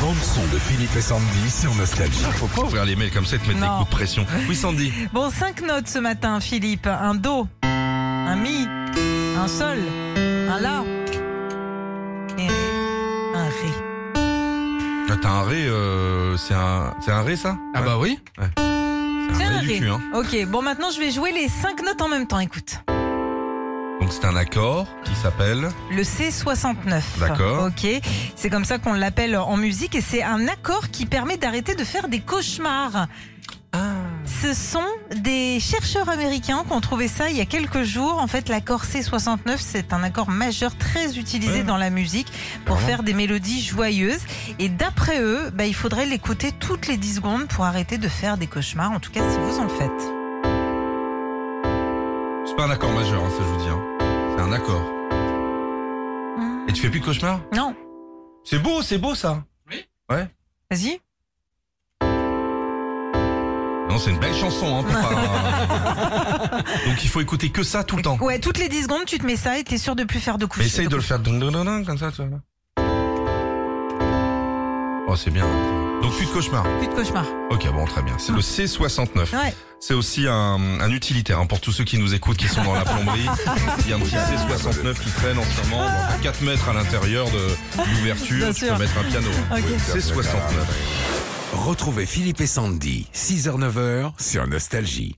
bande son de Philippe et Sandy sur Nostalgie. Ah, Faut pas ouvrir les mails comme ça et te mettre des Non. coups de pression. Oui, Sandy. Bon, cinq notes ce matin, Philippe. Un Do, un Mi, un Sol, un La et un Ré. Ah, T'as un ré, euh, c'est un, c'est un ré ça Ah bah oui. Ouais, C'est c'est un ré du Ré. cul, hein. Ok, bon, maintenant je vais jouer les cinq notes en même temps, écoute. Donc c'est un accord qui s'appelle. Le C69. D'accord. Ok, c'est comme ça qu'on l'appelle en musique et c'est un accord qui permet d'arrêter de faire des cauchemars. Ah. Ce sont des chercheurs américains qui ont trouvé ça il y a quelques jours. En fait, l'accord C69, c'est un accord majeur très utilisé Ouais. Ah. dans la musique pour Clairement. faire des mélodies joyeuses. Et d'après eux, bah, il faudrait l'écouter toutes les 10 secondes pour arrêter de faire des cauchemars, en tout cas si vous en faites. C'est pas un accord majeur, hein, ça je vous dis. hein. C'est un accord. Hmm. Et tu fais plus de cauchemar Non, C'est beau, c'est beau ça. vas-y. Non, c'est une belle chanson, hein, pour pas- Donc il faut écouter que ça tout le temps. Ouais, toutes les 10 secondes, tu te mets ça et t'es sûr de plus faire de coups. Mais essaye de le faire dun, dun, dun, dun, comme ça, tu vois. Oh, c'est bien. Donc plus de cauchemar. Plus de cauchemars. Ok, bon, très bien. C'est le C69. Ouais. C'est aussi un, un utilitaire hein, pour tous ceux qui nous écoutent, qui sont dans la plomberie. Il y a un petit C69 qui traîne entièrement, dans 4 mètres à l'intérieur de l'ouverture. Bien Tu sûr. peux mettre un piano. hein. Ok. C69. Retrouvez Philippe et Sandy, 6h-9h sur Nostalgie.